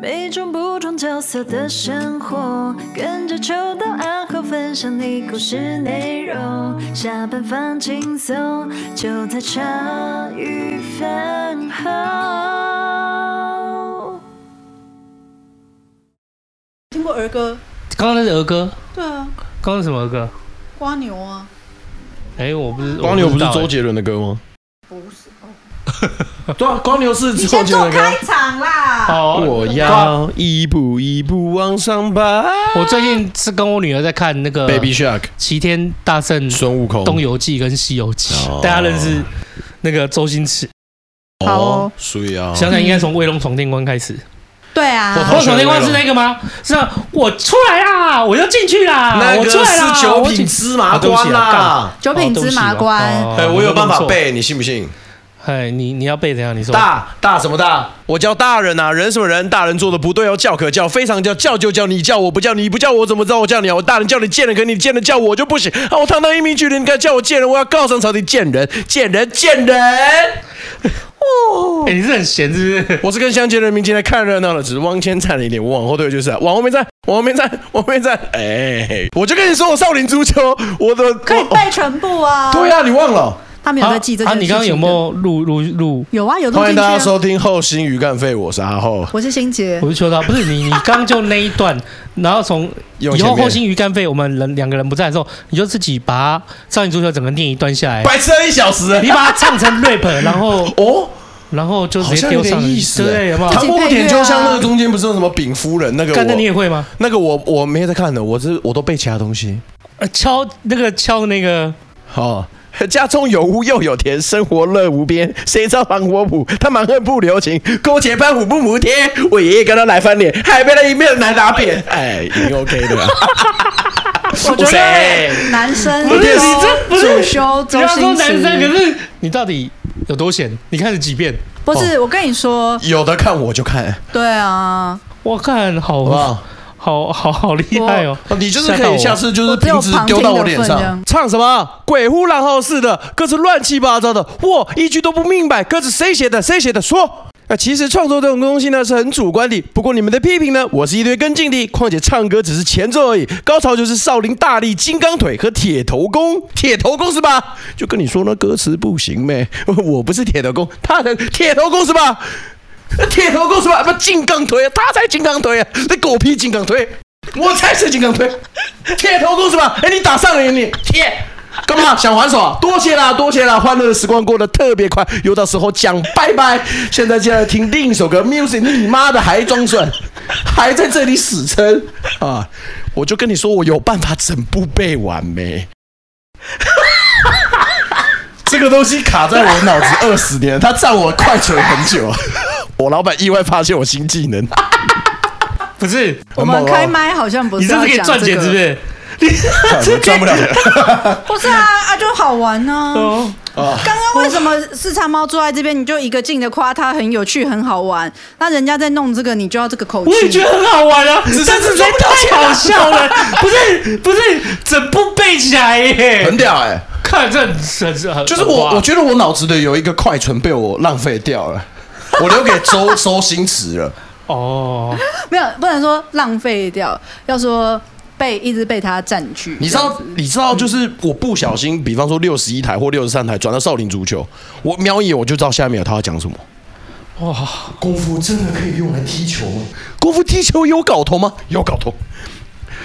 每种不同角色的生活，跟着秋到暗号分享你故事内容。下班放轻松，就在茶余饭后。听过儿歌？刚刚那是儿歌，对啊，刚刚是什么儿歌？瓜牛啊，哎、我不是哎光牛不是欸周杰，杰伦的歌吗？不是。哦对啊，光牛是你周先杰做伦的开歌。场啦。哦，我哇要一步一步往上爬。我最近是跟我女儿在看那个 Baby Shark，齐天大圣《孙悟空，东游记》跟《西游记》哦大家认识那个周星驰，好哦，所以啊，想想应该从《卫龙闯天关》开始。对我啊好头喜欢闯天关卫龙是那个吗？是啊，我出来啦，我要进去啦，那啊我个出来啦，是九我进品芝麻啊对不官起啊啦。九品芝麻官，哦哎，我有办法。对不起哦背，你信不信？哎，你你要背怎样？你说大大什么大？我叫大人啊，人什么人？大人做的不对，要叫可叫，非常叫，叫就叫，你叫我不叫，你不叫我怎么知道我叫你啊？我大人叫你贱人，可你贱人叫我就不行啊！我堂堂一名举人，你敢叫我贱人？我要告上朝廷，贱人，贱人，贱人！哎，你是很闲是不是？我是跟乡间人民进来看热闹的，只是往前站了一点，我往后退就是、啊，往后面站，往后面站，往后面站。哎、我就跟你说，我少林足球，我的可以我背全部啊。对啊，你忘了？他们有在记这哦啊，件啊事情的。你刚刚有没有录录录？有啊，有录欢进去迎大家啊。收听后新鱼干废，我是阿后。我是心杰我，是秋刀，不是你，你刚就那一段，然后从用以前后面后心鱼干肺，我们人两个人不在的时候，你就自己把它少林足球整个念一啊段下来，白痴了一小时、你把它唱成 rap，然后哦，然后就好直接像有丢上点去意思、对不对，欸。有没有？唐伯虎点秋香那个中间不是有什么丙夫人那个干的你我也会吗？那个我我没在看的，我是我都背其他东西。呃，敲那个敲那个，哦，家中有屋又有田，生活乐无边。谁知道唐伯虎他蛮横不留情，勾结班虎不服帖。我爷爷跟他来翻脸，还被他一面来打扁。哎，你 OK 的、啊。我觉得男生不是周你这不是主修不周要说星男生，可驰，是你到底有多闲？你看了几遍？哦不是我跟你说，有的看我就看，对啊，我看好好不好？好好好厉害哦！你就是可以下次就我是只有瓶子旁丢听到的我脸份这上样，唱什么鬼呼狼号似的歌词乱七八糟的，我一句都不明白歌词谁写的，谁写的说。那其实创作这种东西呢是很主观的，不过你们的批评呢，我是一堆跟进的。况且唱歌只是前奏而已，高潮就是少林大力金刚腿和铁头功。铁头功是吧？就跟你说那歌词不行呗，我不是铁头功，他能铁头功是吧？呃铁头功是吧？不金刚腿啊，他才金刚腿啊，那狗屁金刚腿，啊我才是金刚腿。铁头功是吧？哎，你打上了耶你铁。干嘛想还手啊？多谢啦，多谢啦！欢乐的时光过得特别快，又到时候讲拜拜。现在接下来听另一首歌，music，你妈的还装蒜，还在这里死撑啊！我就跟你说，我有办法整部背完没？ 这个东西卡在我脑子二十年，它占我快嘴很久。 我老板意外发现我新技能，不是，我很们猛哦开麦好像不你是这要是可以讲赚这钱，是不个，是？赚不了 钱不是啊啊，就好玩呢。哦，啊！刚刚为什么四叉猫坐在这边，你就一个劲的夸他很有趣、很好玩？那人家在弄这个，你就要这个口气。我也觉得很好玩啊，是但只是是这赚不到太钱啊好笑了， 不是不是，整部背起来耶很！屌哎、看这很很很就是很我，花我觉得我脑子里有一个快存被我浪费 掉了，我留给周周星驰了。哦，没有，不能说浪费掉，要说被一直被他占据。你知这样道子，你知道，就是我不小心，比方说六十一台或六十三台转到少林足球，我瞄一眼我就知道下面有他要讲什么。哇，功夫真的可以用来踢球吗？功夫踢球有搞头吗？有搞头。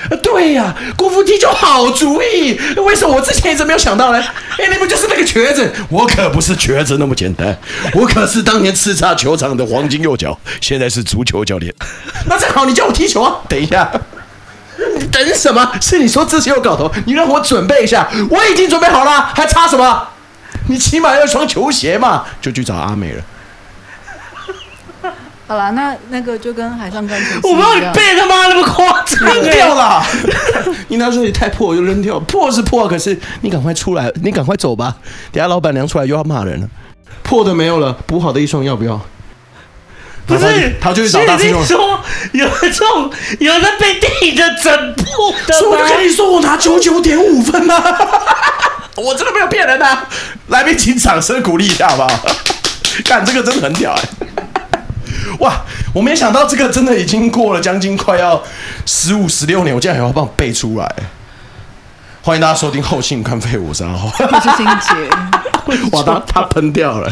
呃对呀、功夫踢球好主意，为什么我之前一直没有想到呢？哎，你们就是那个瘸子，我可不是瘸子那么简单，我可是当年叱咤球场的黄金右脚，现在是足球教练。那正好，你叫我踢球啊！等一下，你等什么？是你说之前有搞头，你让我准备一下，我已经准备好了，还差什么？你起码要一双球鞋嘛，就去找阿美了。好了，那那个就跟海上钢琴师我不知道一你样背他妈那么夸张扔哎，掉了。应该说你太破，我就扔掉。破是破，可是你赶快出来，你赶快走吧。等下老板娘出来又要骂人了。破的没有了，补好的一双要不要？不是，他就去找大所师以兄你。说有这种有人被电影的整部的所以我就跟吗？你说，我拿九九点五分呐、我真的没有骗人呐、来欸宾请掌声鼓励一下吧。干这个真的很屌哎、哇，我没想到这个真的已经过了将近快要十五十六年，我竟然还要帮我背出来。欢迎大家收听后信看废我是阿浩，我是心杰， 哇，他他喷掉了，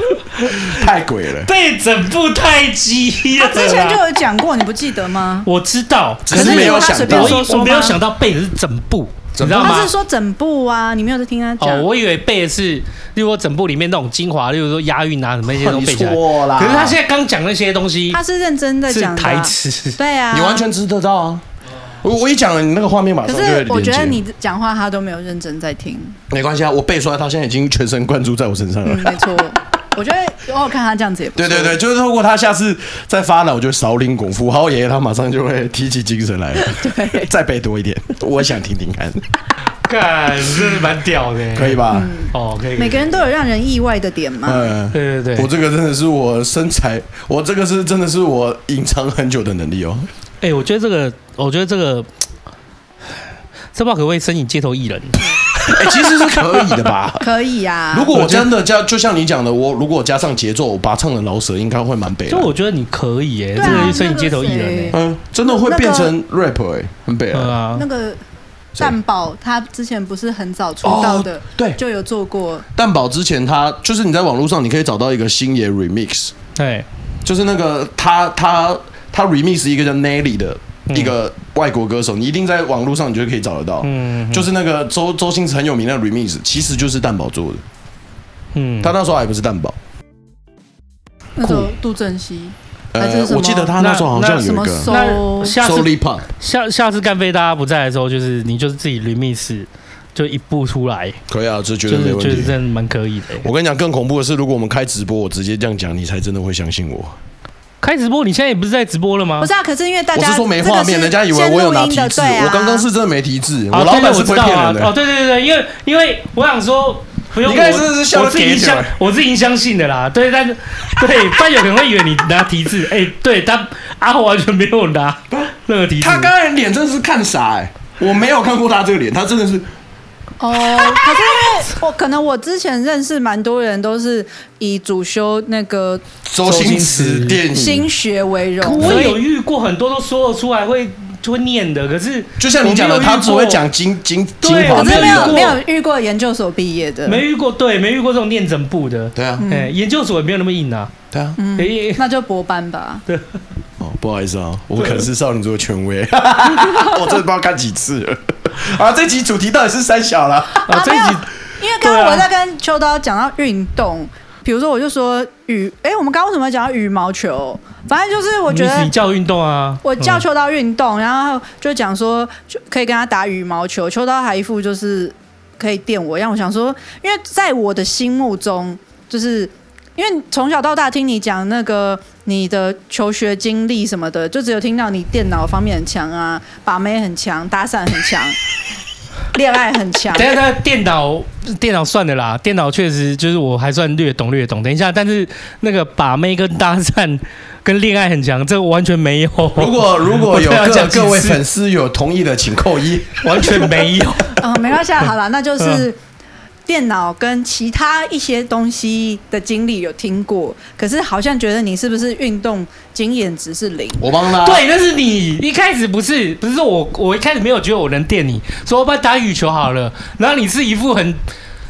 太鬼了。被整部太激了他啦。之前就有讲过，你不记得吗？我知道，只可是没有他想随到便我说一说我吗没有想到背的是整部，你整部知道吗他是？说整部啊，你没有在听他讲。哦，我以为背的是，例如说整部里面那种精华，例如说押韵啊什么那些都背起来。哦你错啦可是他现在刚讲那些东西他是认真的是讲的啊台，词，对啊，你完。全知得到啊！我我一讲了，你那个画面马可上就会连是接。我觉得你讲话他都没有认真在听，没关系啊，我背出来，他现在已经全神贯注在我身上了。嗯，没错。我觉得偶尔看他这样子也不对对对，就是如果他下次再发了，我就少领功夫，好爷爷他马上就会提起精神来了。 对， 再背多一点，我想听听看，干，真的蛮屌的，可以吧？哦，可以。每个人都有让人意外的点嘛。？嗯，对对我对，这个真的是我身材，我这个是真的是我隐藏很久的能力哦。哎，我觉得这个，我觉得这个，这不知道可不可以申请街头艺人？哎，其实是可以的吧可以啊，如果我真的加，就像你讲的，我如果加上节奏，我把唱的老舍应该会蛮北就的。我觉得你可以耶，对这啊个就申请街头艺人那耶个。嗯，真的那会个变成 rap 哎、很北嗯啊。啊那，个谁蛋宝，他之前不是很早出道的哦，对就有做过。蛋堡之前他就是你在网络上你可以找到一个星爷 remix，对，就是那个他他他 remix 一个叫 Nelly 的一个外国歌手，你一定在网络上你就可以找得到。嗯，嗯就是那个周周星驰很有名的 remix，其实就是蛋堡做的。嗯，他那时候还不是蛋堡，那时候杜振熙还啊是什么呃我记得他那时候好像什有一么个收那下次 Solly Pop，下下次干飞大家不在的时候，就是你就是自己 remix，就一步出来，可以啊，这绝就对没是问就是题。真的蛮可以的。我跟你讲，更恐怖的是，如果我们开直播，我直接这样讲，你才真的会相信我。开直播，你现在也不是在直播了吗不？是啊，可是因为大我家是说没这个画面，是人家以为我有拿先录提音的字，对啊我刚刚是真的没提字，啊我老板对对是我不知会道骗啊人的。哦，对对对，因为因为我想说。不用你我，刚才真的是笑得我自己给点相儿我自己相信的啦。对， 但是对，但有可能会以为你拿提字，哎、对他阿豪完全没有拿任何提字。他刚才脸真的是看傻哎、我没有看过他这个脸，他真的是哦，可是因为我可能我之前认识蛮多人都是以主修那个周星星驰驰电心影，学为荣，我所以有遇过很多都说得出来会就会念的，可是就像你讲的，我没有遇他不会过讲精精对精华可是没片有段没有遇过研究所毕业的，没遇过，对，没遇过这种念整部的。对啊，哎、研究所也没有那么硬啊。对啊，嗯哎、那就博班吧。哦，不好意思啊，我可是少女座的权威，我真的不知道看几次了。啊，这集主题到底是三小啦？啊，这一集因为刚刚对啊我在跟秋刀讲到运动，比如说我就说羽，哎、我们刚刚为什么要讲到羽毛球？反正就是我觉你得你叫运动啊，我叫嗯秋刀运动，然后就讲说就可以跟他打羽毛球，秋刀还一副就是可以电我，让我想说，因为在我的心目中，就是因为从小到大听你讲那个你的求学经历什么的，就只有听到你电脑方面很强啊，把妹很强，打伞很强，恋爱很 强。等一下，等一下电脑电脑算的啦，电脑确实就是我还算略懂略懂。等一下，但是那个把妹跟搭讪跟恋爱很强，这个完全没有。如果如果有我再各讲几次各位粉丝有同意的，请扣一。 完全没有，嗯，没关系啊，好了，那嗯就是电脑跟其他一些东西的经历有听过，可是好像觉得你是不是运动经验值是零？我帮他。 对，那是你一开始不是不是说我我一开始没有觉得我能电你，说我把打羽球好了，然后你是一副很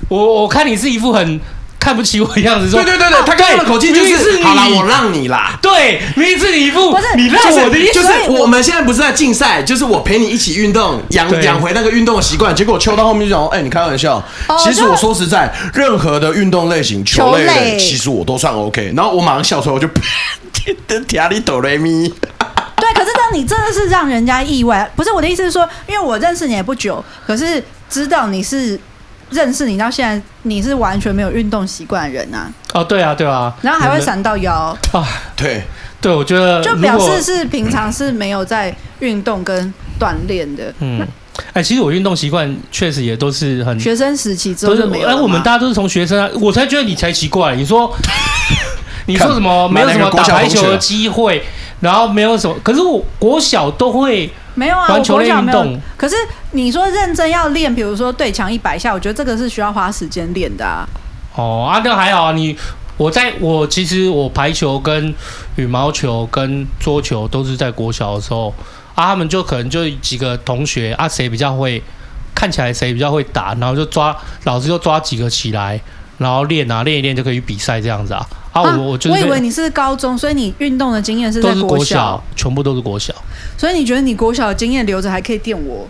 我我看你是一副很看不起我的样子，说哦啊对对对对，他刚刚的口气明就明是你好啦，我让你啦。对，明明是你一副不是你让我的意思就是所以我我们现在不是在竞赛，就是我陪你一起运动，养对养回那个运动的习惯。结果秋到后面就讲，哎、你开玩笑。哦其实就我说实在，任何的运动类型，球类球的，类其实我都算 OK。然后我马上笑出来，我就 天里哆来咪。对，可是当你真的是让人家意外，不是我的意思是说，因为我认识你也不久，可是知道你是认识你到现在，你是完全没有运动习惯的人啊，哦，对啊对啊，然后还会闪到腰，啊，对，对，我觉得就表呃如果示是平常是没有在运动跟锻炼的，嗯，哎，其实我运动习惯确实也都是很，学生时期之后都是就没有了哎，嘛。我们大家都是从学生啊，我才觉得你才奇怪。你说，你说什么看没有什买那么个国打小排同学球的机会，然后没有什么，可是我国小都会，没有啊，玩我球国类小运没有动可是你说认真要练，比如说对墙一百下，我觉得这个是需要花时间练的啊。哦啊，那还好啊，你我在我其实我排球跟羽毛球跟桌球都是在国小的时候啊，他们就可能就几个同学啊，谁比较会，看起来谁比较会打，然后就抓老师就抓几个起来，然后练啊练一练就可以去比赛这样子啊啊，我我就是以为你是高中，所以你运动的经验是都在是国国小，全部都是国小。所以你觉得你国小的经验留着还可以电我？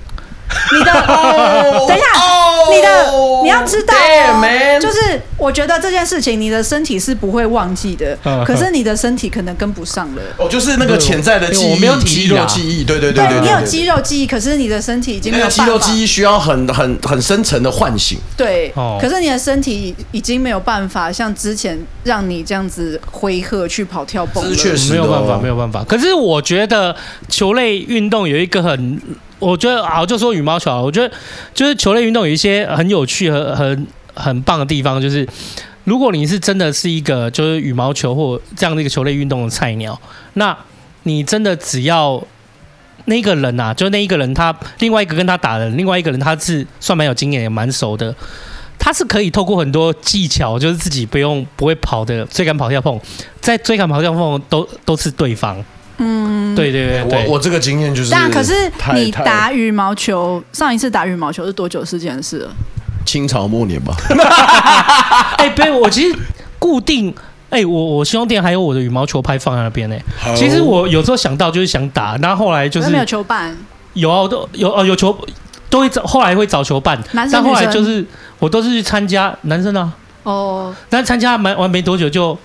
你的，呃等一下，哦你的你要知道哦 Damn, man 就是我觉得这件事情，你的身体是不会忘记 的嗯，可是你的身体可能跟不上了。哦，就是那个潜在的记忆，我没有体肌力肉啊记忆，对对对对，你对有肌，肉记忆，可是你的身体已经对没那有办个肌哎法。肉记忆需要很很很深层的唤醒。对，哦可是你的身体已已经没有办法像之前让你这样子挥霍去跑跳蹦这了是。确实的没有办法，哦没有办法。可是我觉得球类运动有一个很，我觉得啊，我就说羽毛球好了，我觉得就是球类运动有一些很有趣和很很棒的地方，就是如果你是真的是一个就是羽毛球或这样的一个球类运动的菜鸟，那你真的只要。那一个人呐、啊，就那一个人他，另外一个跟他打的人，另外一个人他是算蛮有经验，也蛮熟的，他是可以透过很多技巧，就是自己不用不会跑的追赶跑跳碰，在追赶跑跳碰都都是对方。嗯，对对对对，我我这个经验就是，但可是太你太打羽毛球，上一次打羽毛球是多久之前的事了？清朝末 年吧，哎，不对，我其实固定。哎、我我兄弟还有我的羽毛球拍放在那边呢、好其实我有时候想到就是想打，然后后来就可是没有球伴，有啊，我都有哦，有球都会找，后来会找球伴，男生但后女来生就是我都是去参加男生啊，哦，但参加完完没多久就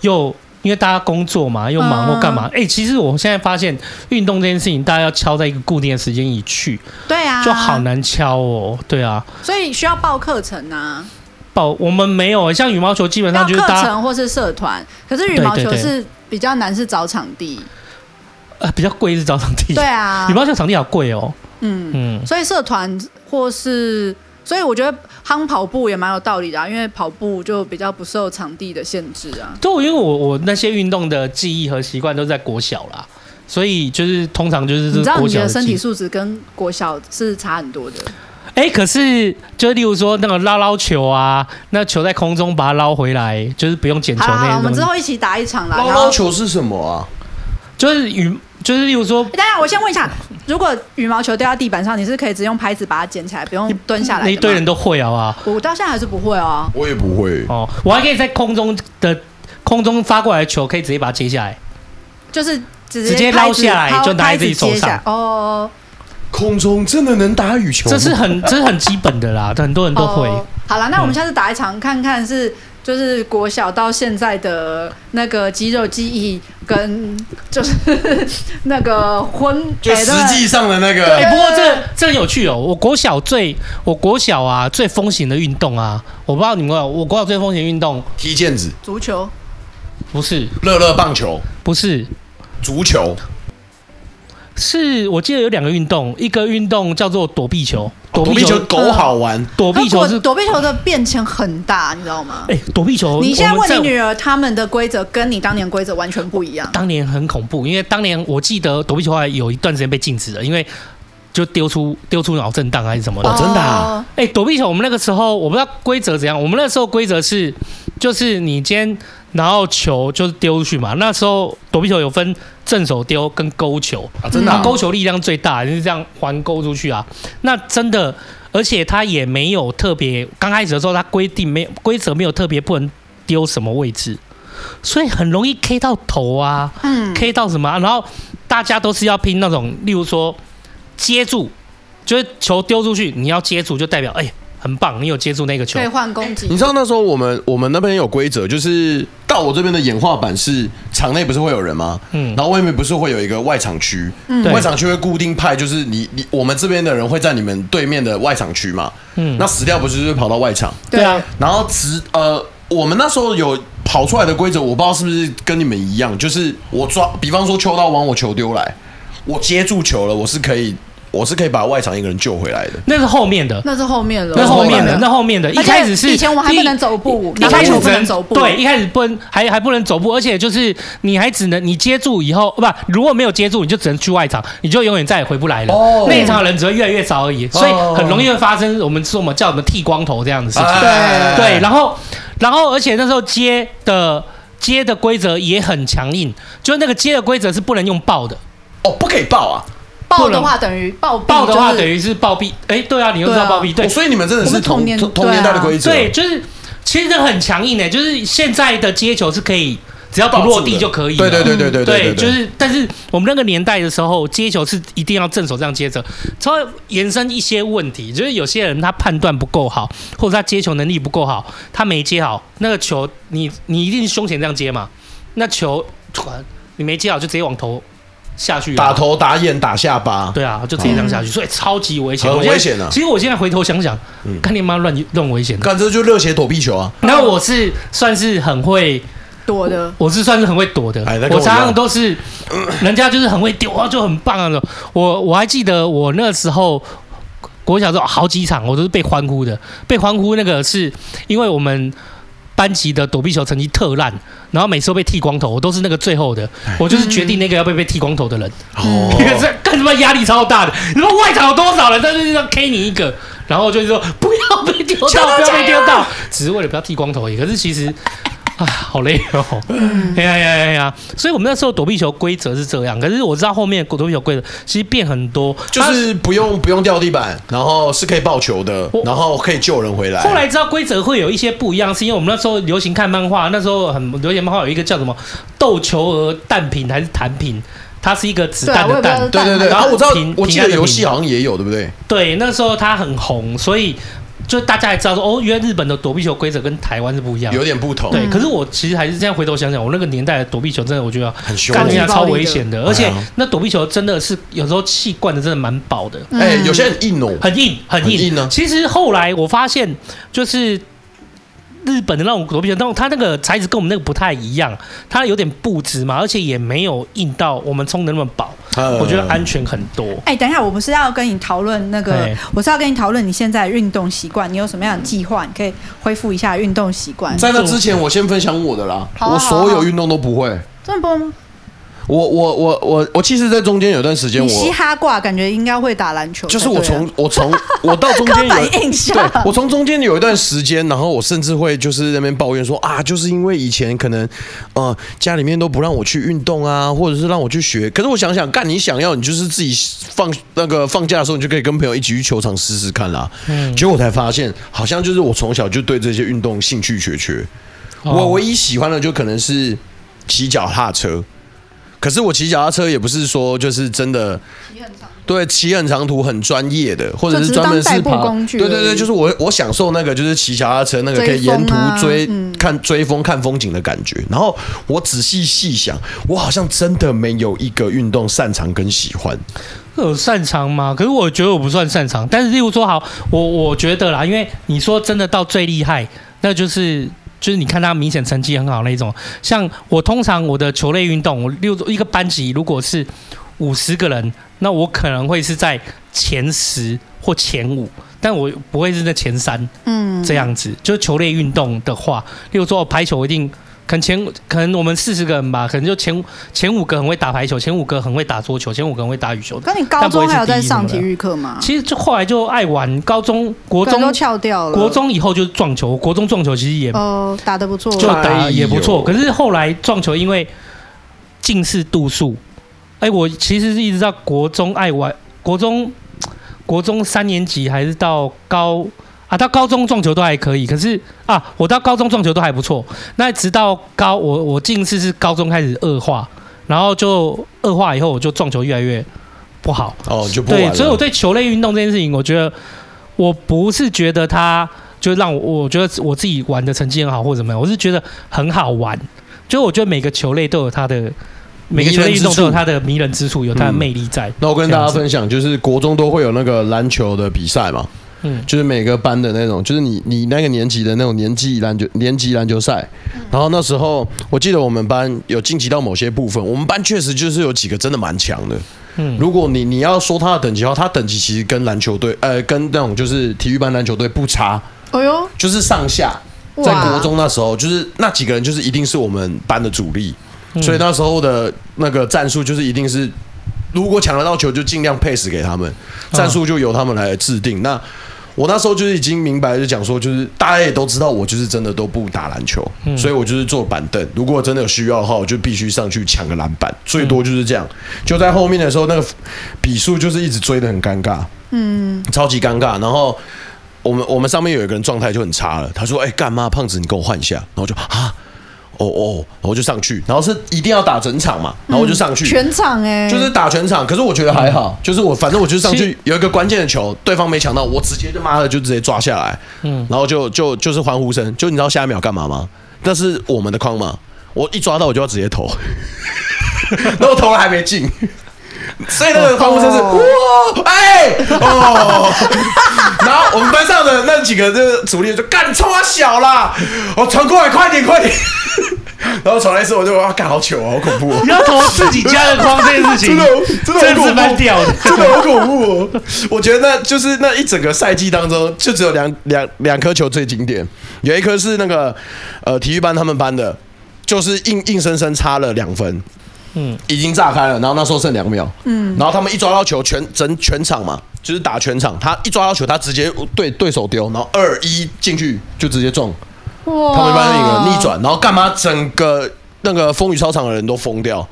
又因为大家工作嘛，又忙或干嘛，嗯哎、其实我现在发现运动这件事情，大家要敲在一个固定的时间一去，对啊，就好，难敲哦。对啊，所以需要报课程啊，报我们没有，像羽毛球基本要上就是课大家、程或是社团。可是羽毛球对对对是比较难，是找场地，呃、 比较贵是找场地，对啊羽，毛球场地好贵哦。嗯，嗯，所以社团或是。所以我觉得夯跑步也蛮有道理的、啊，因为跑步就比较不受场地的限制啊。对，因为我我那些运动的记忆和习惯都在国小啦，所以就是通常就是你知道国你小的身记忆体素质跟国小是差很多的，哎、可是就是例如说那个捞捞球啊，那球在空中把它捞回来，就是不用捡球好啦好啦，那我些们东西之，后一起打一场啦。捞然后捞，球是什么啊？就是与就是例如说欸等一下我先问一下，如果羽毛球掉到地板上，你是可以直接用拍子把它捡起来，不用蹲下来那的一吗？堆人都会好不好？我到现在还是不会哦。我也不会，哦，我还可以在空中的空中发过来的球，可以直接把它接下来。就是直直接拍捞子下来抛就拿在拍子自己手接下上哦，空中真的能打羽球吗？这是很这是很基本的啦，很多人都会。哦好了，那我们嗯下次打一场看看是。就是国小到现在的那个肌肉记忆，跟就是那个婚，就欸实那个际上的那个。哎、不过这这很有趣哦。我国小最我国小啊最风行的运动啊，我不知道你们有没有我国小最风行的运动踢毽子、足球不是乐乐棒球、不是足球、是我记得有两个运动，一个运动叫做躲避球，躲避球，狗好玩，躲避球躲是躲避球的变迁很大，你知道吗？哎、躲避球。你现在我们问你女儿，他们的规则跟你当年规则完全不一样。当年很恐怖，因为当年我记得躲避球还有一段时间被禁止了，因为就丢出丢出脑震荡还是什么的。哦真的啊哎、躲避球，我们那个时候我不知道规则怎样，我们那时候规则是，就是你今天然后球就是丢出去嘛。那时候躲避球有分正手丢跟勾球，啊，真的嗯那啊、勾球力量最大，就是这样环勾出去啊。那真的，而且它也没有特别，刚开始的时候它规定没有规则没有特别不能丢什么位置，所以很容易 K 到头啊。嗯， K 到什么啊、然后大家都是要拼那种，例如说接住，就是球丢出去，你要接住，就代表哎、很棒，你有接住那个球可以。换攻你嗯击。知道那时候我们我们那边有规则，就是到我这边的演化版是场内不是会有人吗？嗯嗯，然后外面不是会有一个外场区，嗯嗯，外场区会固定派，就是你你我们这边的人会在你们对面的外场区嘛，嗯嗯，那死掉不是就是跑到外场，对啊，然后直呃，我们那时候有跑出来的规则，我不知道是不是跟你们一样，就是我抓，比方说秋刀往我球丢来，我接住球了，我是可以，我是可以把外场一个人救回来的。那是后面的，那是后面了，那是后面的，了那后面的，一而且开始是以前我们还第一不能走步，一打排开始球只不能走步，对，一开始不能，还还不能走步，而且就是你还只能你接住以后，不，如果没有接住，你就只能去外场，你就永远再也回不来了。哦内场的人只会越来越少而已，所以很容易会发生我们说我们叫什么剃光头这样的事情。哎对，然后然后而且那时候接的接的规则也很强硬，就是那个接的规则是不能用爆的，哦，不可以爆啊！爆的话等于暴毙爆的话等于于是暴毙。哎，对啊，你又知道暴毙，对哦，所以你们真的我是们同同年同年代的规则，对，就是其实这个很强硬的，欸就是现在的接球是可以只要不落地就可以了，对对对对对对，对，就是，但是我们那个年代的时候，接球是一定要正手这样接着，稍微延伸一些问题，就是有些人他判断不够好，或者他接球能力不够好，他没接好那个球，你你一定是胸前这样接嘛，那球突然你没接好就直接往头下去、啊，打头打眼打下巴，对啊，就直接这样下去，所以超级危险，嗯很我现在危险啊其实我现在回头想想嗯，干你妈乱弄危险的。干这就热血躲避球啊！那我是算是很会。多的。我是算是很会躲的，哎那跟我我一常样常都是，人家就是很会丢啊，就很棒啊那种。我我还记得我那时候国小的时候好几场，我都是被欢呼的，被欢呼那个是因为我们。班级的躲避球成绩特烂，然后每次都被剃光头，我都是那个最后的，哎我就是决定那个要被被剃光头的人， 哦嗯 因为这干什么压力超大的。你说外场有多少人在这上 K 你一个，然后就是说不要被丢到，不要被丢到，只是为了不要剃光头而已。可 是其实。啊，好累哦！哎呀呀呀呀！所以我们那时候躲避球规则是这样，可是我知道后面躲避球规则其实变很多，就是不用不用掉地板，然后是可以爆球的我，然后可以救人回来。后来知道规则会有一些不一样，是因为我们那时候流行看漫画，那时候很流行漫画有一个叫什么“斗球鹅弹品”还是“弹品”，它是一个子对啊，弹我也不的知道弹是。蛋对对对，还然是后我知道平，我记平得安的游戏平好像也有，对不对？对，那时候它很红，所以就大家也知道说，哦，原来日本的躲避球规则跟台湾是不一样的。有点不同，对，可是我其实还是这样回头想想，我那个年代的躲避球真的，我觉得很凶。干干一一下下超超危危险险的，而且对啊那躲避球真的是有时候气灌的真的蛮饱的，哎，有些很硬哦，嗯很硬，很硬。很硬啊其实后来我发现，就是日本的那种躲避球，那种它那个材质跟我们那个不太一样，它有点布质嘛，而且也没有硬到我们冲的那么饱，我我觉得安全很多。哎、等一下，我不是要跟你讨论那个哎，我是要跟你讨论你现在的运动习惯，你有什么样的计划？你可以恢复一下运动习惯。在那之前，我先分享我的啦，好啊我所好啊有运动都不会。这么不，我我我我我其实，在中间有段时间，你嘻我哈挂感觉应该会打篮球才就对啊，是我从我从我到中间 刻板有印象对，我从中间有一段时间，然后我甚至会就是在那边抱怨说啊，就是因为以前可能呃家里面都不让我去运动啊，或者是让我去学。可是我想想，干你想要，你就是自己放那个放假的时候，你就可以跟朋友一起去球场试试看啦。嗯结果我才发现，好像就是我从小就对这些运动兴趣缺缺。哦我唯一喜欢的就可能是骑脚踏车，可是我骑脚踏车也不是说就是真的。对，骑很长途很专业的，或者就只是是专门当代是步跑。工具对对而对，已就是我我享受那个就是骑脚踏车那个可追以沿途风啊追、嗯看追风看风景的感觉。然后我仔细细想，我好像真的没有一个运动擅长跟喜欢。有擅长吗？可是我觉得我不算擅长。但是例如说，好，我我觉得啦，因为你说真的到最厉害，那就是就是你看他明显成绩很好那一种。像我通常我的球类运动，我六一个班级如果是五十个人，那我可能会是在前十或前五，但我不会是在前三。嗯这样子，就是球类运动的话，例如说我排球，我一定可能前可能我们四十个人吧，可能就前前五个很会打排球，前五个很会打桌球，前五个很会打羽球。可你高中还有在上体育课吗？其实就后来就爱玩，高中、国对都中、翘掉了。国中以后就是撞球，国中撞球其实也哦，打得不错。就打也不错，哎可呦是后来撞球因为近视度数，哎，我其实是一直到国中爱玩，国中国中三年级还是到高啊，到高中撞球都还可以，可是啊，我到高中撞球都还不错，那直到高我我近视是高中开始恶化，然后就恶化以后我就撞球越来越不好，哦，就不玩对，了。所以我对球类运动这件事情，我觉得我不是觉得它就让我，我觉得我自己玩的成绩很好或怎么样，我是觉得很好玩。就我觉得每个球类都有它的每个球类运动都有它的迷人之处，有它的魅力在。那我跟这大家样子分享，就是国中都会有那个篮球的比赛嘛， 嗯就是每个班的那种，就是你你那个年级的那种年级篮球年级篮球赛。然后那时候我记得我们班有晋级到某些部分，我们班确实就是有几个真的蛮强的。嗯如果你你要说他的等级的话，他等级其实跟篮球队呃跟那种就是体育班篮球队不差，哎呦，就是上下。哇在国中那时候，就是那几个人就是一定是我们班的主力，所以那时候的那个战术就是一定是，如果抢得到球就尽量 pass 给他们，战术就由他们来制定。那我那时候就是已经明白，就讲说，就是大家也都知道，我就是真的都不打篮球，所以我就是坐板凳。如果真的有需要的话，我就必须上去抢个篮板，最多就是这样。就在后面的时候，那个比数就是一直追的很尴尬，嗯，超级尴尬。然后我们我们上面有一个人状态就很差了，他说：“哎、干妈胖子，你给我换一下。”然后我就啊。哦哦，然后就上去，然后是一定要打整场嘛，然后我就上去，全场哎、就是打全场，可是我觉得还好，就是我反正我就上其去有一个关键的球，对方没抢到，我直接就妈的就直接抓下来，嗯，然后就就就是欢呼声，就你知道下一秒干嘛吗？那是我们的框嘛，我一抓到我就要直接投，然后投了还没进。所以那个欢呼声是哦哇哎哦， 然后我们班上的那几个就是主力就干冲啊小啦，我传过来快点快点， 然后传来一次我就哇干好糗啊好恐怖、哦，你要投自己家的框这件事情，真的真的很真恐是怖蛮屌 的。真的好恐怖哦！我觉得那就是那一整个赛季当中，就只有两两两颗球最经典，有一颗是那个呃体育班他们班的，就是硬硬生生差了两分，嗯，已经炸开了，然后那时候剩两秒，嗯，然后他们一抓到球，全整全场嘛，就是打全场，他一抓到球，他直接呃对对手丢，然后二一进去就直接中，哇他们班赢了，逆转，然后干嘛？整个那个风雨操场的人都疯掉，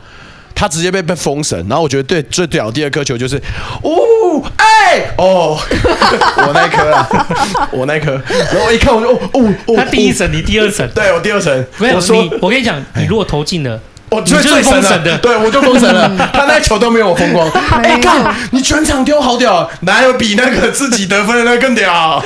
他直接被被封神。然后我觉得对最屌的第二颗球就是，哦，哎，哦， 我那一颗啊，我那一颗，然后我一看我就哦哦哦，他第一层，层，你第二层。对我第二层，没有我说你，我跟你讲，你如果投进了，我你就就是最封神神的对我就封神了。 他那球都没有我风光。哎，干，你全场丢好屌，哪有比那个自己得分的那个更屌？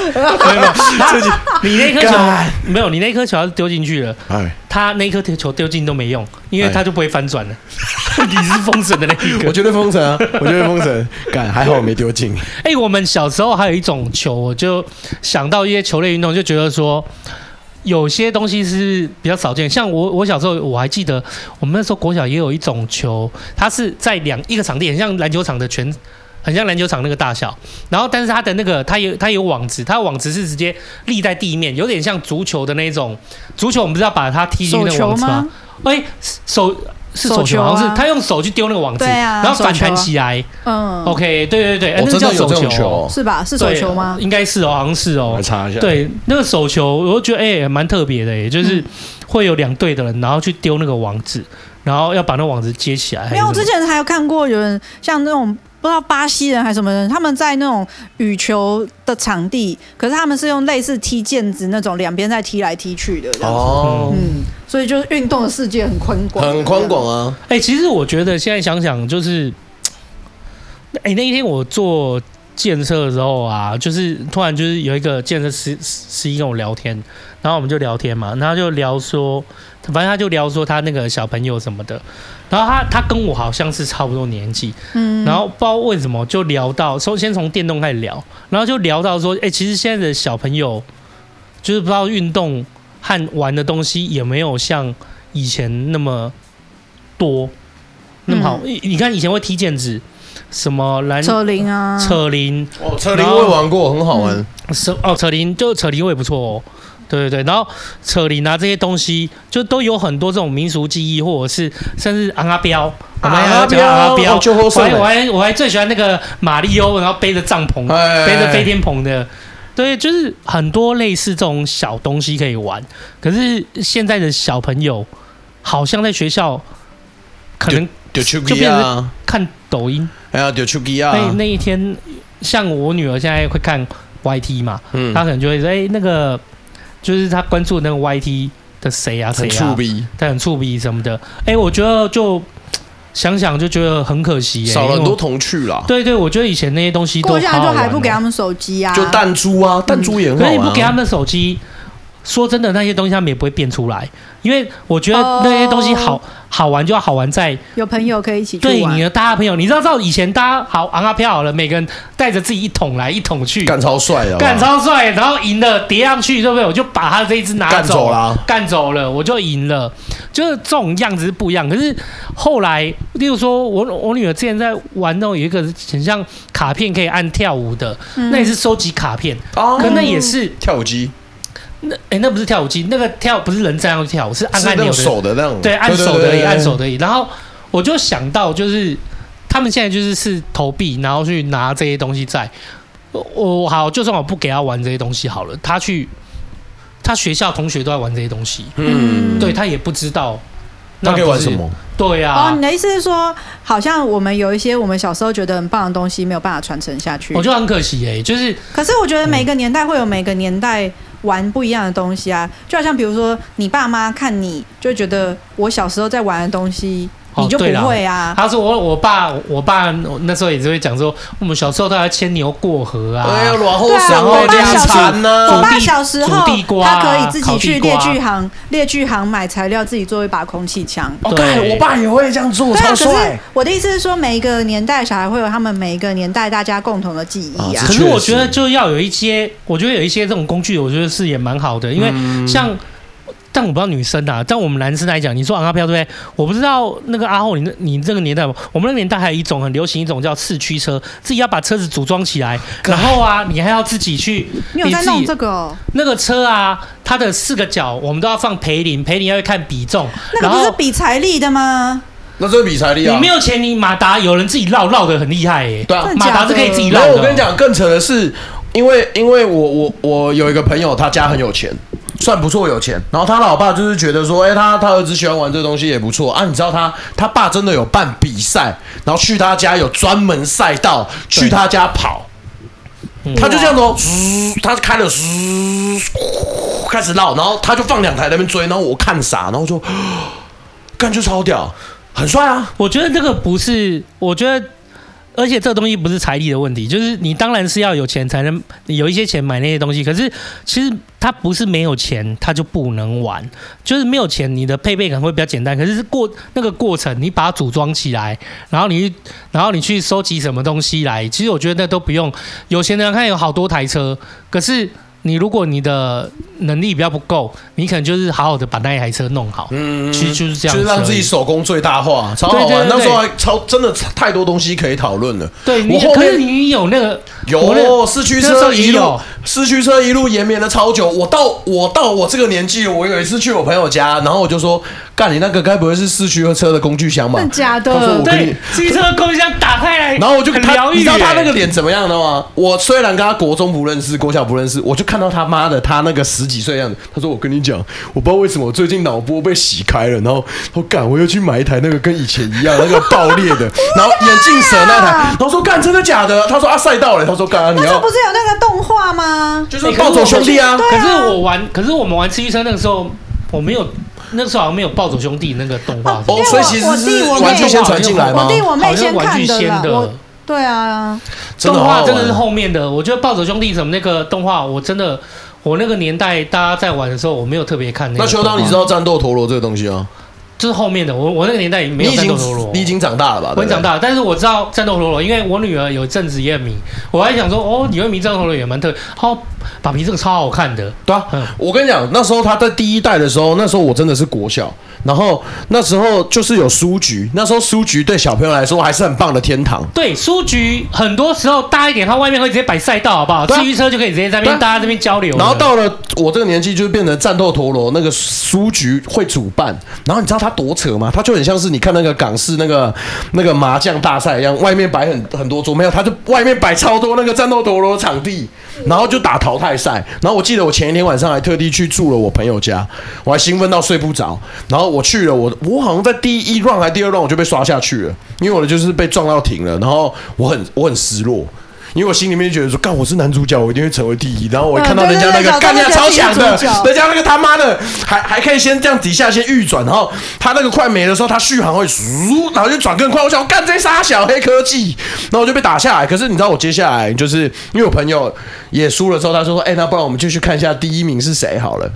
自己，你那颗球干没有，你那颗球要是丢进去了， 哎。他那颗球丢进都没用，因为哎他就不会翻转了。 你是封神的那一个。我绝对封神啊！我绝对封神，干还好我没丢进。哎、我们小时候还有一种球，我就想到一些球类运动，就觉得说有些东西是比较少见。像我，我小时候我还记得，我们那时候国小也有一种球，它是在两一个场地，很像篮球场的全。很像篮球场那个大小，然后但是它的那个它有它有网子，它的网子是直接立在地面，有点像足球的那种。足球我们不是要把它踢进手那个球网子吗吗？哎、手是手手球，球好像啊是他用手去丢那个网子，对啊然后反手球弹啊起来。嗯 OK，对对对，哎哦那个叫真的有手这种球哦球是吧？是手对球吗？应该是哦，好像是哦我。查一下。，对，那个手球，我就觉得哎、蛮特别的、哎，就是嗯会有两队的人，然后去丢那个网子，然后要把那网子接起来。没有，我哎还是之什么前还有看过有人像那种不知道巴西人还是什么人，他们在那种羽球的场地，可是他们是用类似踢毽子那种两边在踢来踢去的这样子。哦，嗯，所以就是运动的世界很宽广，很宽广啊。哎、其实我觉得现在想想，就是，哎、那一天我做建设的时候啊，就是突然就是有一个建设师师一跟我聊天，然后我们就聊天嘛，然后就聊说，反正他就聊说他那个小朋友什么的，然后他他跟我好像是差不多年纪，嗯，然后不知道为什么就聊到，从先从电动开始聊，然后就聊到说，哎、其实现在的小朋友就是不知道运动和玩的东西有没有像以前那么多，那么好。你你看以前会踢毽子，什么篮车龄啊，扯铃，哦，车铃我也玩过，很好玩。什哦扯铃就扯铃我也不错哦。对对对，然后扯铃啊这些东西，就都有很多这种民俗记忆，或者是甚至昂阿彪，我们还有讲昂阿彪哦，就后我生还我还我还最喜欢那个马里欧，然后背着帐篷，哎背着飞天棚的。对，就是很多类似这种小东西可以玩，可是现在的小朋友好像在学校可能丢球就机变啊成，看抖音。哎呀，丢球机啊那、，那一天，像我女儿现在会看 YT 嘛，嗯她可能就会说：“哎、那个就是她关注的那个 YT 的谁啊谁很啊触，鼻，她很触鼻什么的。哎，我觉得就想想就觉得很可惜、耶，少了很因为多我童趣啦。对对，我觉得以前那些东西都过一下好就好还玩不哦给他们手机啊，就弹珠啊，弹珠也很好可是玩你啊。不给他们手机，说真的，那些东西他们也不会变出来，因为我觉得哦那些东西好、好玩就要好玩在有朋友可以一起去对你啊玩。的大家朋友，你知道到以前大家好昂啊票好了，每个人带着自己一桶来一桶去，干超帅啊的，干超帅，然后赢了叠上去，对不对？我就把他这一只拿干走走啦，干走了，我就赢了。就是这种样子是不一样。可是后来，例如说我我女儿之前在玩那种有一个很像卡片可以按跳舞的，那也是收集卡片，哦可那也是跳舞机，那哎、那不是跳舞机，那个跳不是人站上去跳舞，是按是按那钮的，种手的那种，对，按手的对而对已，对按手的而已。然后我就想到，就是他们现在就是是投币，然后去拿这些东西在。我好，就算我不给他玩这些东西好了，他去他学校同学都在玩这些东西，嗯，对他也不知道那可以不玩是什么？对啊呀、哦，你的意思是说，好像我们有一些我们小时候觉得很棒的东西，没有办法传承下去。我觉得很可惜哎、就是可是我觉得每个年代会有每个年代玩不一样的东西啊，就好像比如说你爸妈看你就觉得我小时候在玩的东西，哦你就不对啦会啊。他说我我爸我爸那时候也是会讲说，我们小时候都要牵牛过河啊，哎呀，软后对啊，然后我后爸量小时产候，呢我，煮爸地小时候煮地瓜他可以自己烤去地猎瓜具行，猎具行买材料，自己做一把空气枪。哦对干我爸也会这样做，对啊，超可是帅。我的意思是说，每一个年代小孩会有他们每一个年代大家共同的记忆啊啊可。是我觉确得实就要有一些，我觉得有一些这种工具，我觉得是也蛮好的，因为嗯像。但我不知道女生啊，但我们男生来讲，你说昂阿飘对不对？我不知道那个阿后，你那你这个年代，我们那个年代还有一种很流行一种叫四驱车，自己要把车子组装起来，然后啊，你还要自己去你有在你自己弄这个哦？那个车啊，它的四个角我们都要放培林，培林要看比重，那个然不是后比财力的吗？那这是比财力啊你没有钱，你马达有人自己绕绕的很厉害耶、对啊真的马假达的是可以自己绕然的。后我跟你，讲，更扯的是，因为因为我我我有一个朋友，他家很有钱，算不错有钱。然后他老爸就是觉得说，哎、他他儿子喜欢玩这东西也不错啊。你知道他他爸真的有办比赛，然后去他家有专门赛道，去他家跑。嗯他就这样子、哦，嘶他开了，嘶呼开始绕，然后他就放两台在那边追，然后我看傻，然后就，感觉超屌，很帅啊，我觉得这个不是，我觉得。而且这东西不是财力的问题，就是你当然是要有钱才能有一些钱买那些东西。可是其实他不是没有钱他就不能玩，就是没有钱你的配备可能会比较简单。可是过那个过程，你把它组装起来，然后你去然后你去收集什么东西来，其实我觉得那都不用。有钱人看有好多台车，可是你如果你的能力比较不够，你可能就是好好的把那一台车弄好。嗯，其实就是这样就子而是已，让自己手工最大化，超好玩。对对对对那时候还超真的太多东西可以讨论了。对，你我后可是面你有那个我有那四驱那时车候也一路有，四驱车一路延绵了超久。我到我到我这个年纪，我有一次去我朋友家，然后我就说：“干，你那个该不会是四驱车的工具箱吧真的假？”他说：“的我？跟你对，机车空箱打开来，然后我就 很他，疗愈耶，你知道他那个脸怎么样的吗？我虽然跟他国中不认识，国小不认识，我就看到他妈的他那个十几岁样子。他说：“我跟你讲，我不知道为什么我最近脑波被洗开了，然后我干，我又去买一台那个跟以前一样那个爆裂 的，然后眼镜蛇那台。”然后说：“干，真的假的？”他说：“啊，赛道了。”他说：“干、啊，你那时候要不是有那个动画吗？就是暴走兄弟啊。”可是我玩，可是我们玩吃鸡车那个时候，我没有，那时候好像没有暴走兄弟那个动画。哦，所以其实是玩具先传进来吗我？弟我妹好像先玩看具的先啦。的我对啊，真的哦动好好画玩真的是后面的，我觉得暴走兄弟什么那个动画，我真的我那个年代大家在玩的时候，我没有特别看那个那动画。秋刀，你知道战斗陀螺这个东西吗？就是后面的，我我那个年代也没你有已战经斗陀螺，你已经长大了吧？我啊对不对长大了，但是我知道战斗陀螺，因为我女儿有一阵子也很迷，我还想说哦，你会迷战斗陀螺也蛮特，哦，爸比这个超好看的，对啊，嗯我跟你讲，那时候他在第一代的时候，那时候我真的是国小，然后那时候就是有书局，那时候书局对小朋友来说还是很棒的天堂。对，书局很多时候大一点，它外面会直接摆赛道，好不好？对啊自行车就可以直接在那边、对啊大家这边交流了。然后到了我这个年纪，就变成战斗陀螺那个书局会主办。然后你知道他多扯吗？他就很像是你看那个港式那个那个麻将大赛一样，外面摆很很多桌，没有，他就外面摆超多那个战斗陀螺场地，然后就打淘汰赛。然后我记得我前一天晚上还特地去住了我朋友家，我还兴奋到睡不着。然后我去了，我我好像在第一 round 还第二 round 我就被刷下去了，因为我的就是被撞到停了，然后我很我很失落。因为我心里面觉得说，干我是男主角，我一定会成为第一。然后我看到人家那嗯对个对对干人家找到超人家强的自己的主，角人家那个他妈的还还可以先这样底下先预转，然后他那个快没的时候，他续航会嗖，然后就转更快。我想干这傻小黑科技，然后我就被打下来。可是你知道我接下来就是因为我朋友也输了之后，他说说，哎、那不然我们就去看一下第一名是谁好了。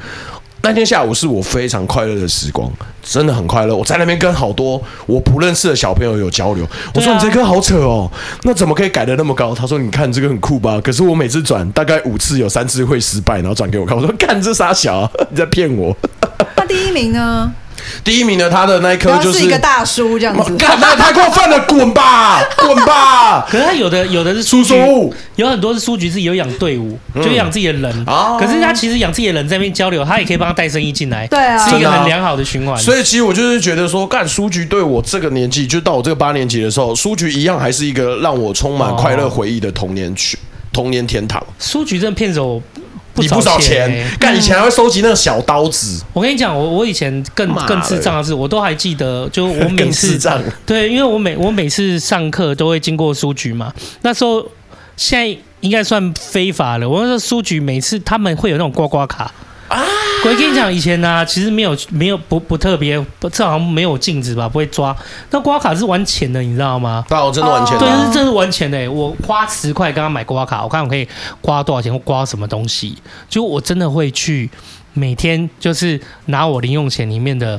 那天下午是我非常快乐的时光，真的很快乐。我在那边跟好多我不认识的小朋友有交流。我说对啊你这歌好扯哦，那怎么可以改的那么高？他说你看这个很酷吧？可是我每次转大概五次有三次会失败，然后转给我看。我说干这傻小、啊，你在骗我。 那第一名呢？第一名的他的那一颗然就后是是一个大叔这样子。干那也太过分了，滚吧，滚吧。可是它有的有的是叔书局叔，有很多是书局自己有养队伍，嗯就养自己的人。哦可是他其实养自己的人在那边交流，他也可以帮他带生意进来，对啊是一真的个啊很良好的循环。所以其实我就是觉得说，干书局对我这个年纪，就到我这个八年级的时候，书局一样还是一个让我充满快乐回忆的童年区童年天堂，书局真的骗走不你不少少钱欸。，干以前还会收集那个小刀子，我跟你讲，我我以前更妈的更智障的是，我都还记得，就 我每更次智障。 对，因为我每我每次上课都会经过书局嘛，那时候现在应该算非法了。我那时候书局每次他们会有那种刮刮卡啊。我跟你讲，以前呢、啊其实没有没有不不特别，不这好像没有镜子吧，不会抓。那刮刮卡是玩钱的，你知道吗？那我真的完全对，啊？这是这是玩钱的、欸我花十块跟他买刮卡，我看我可以刮多少钱，或刮什么东西。就我真的会去每天就是拿我零用钱里面的，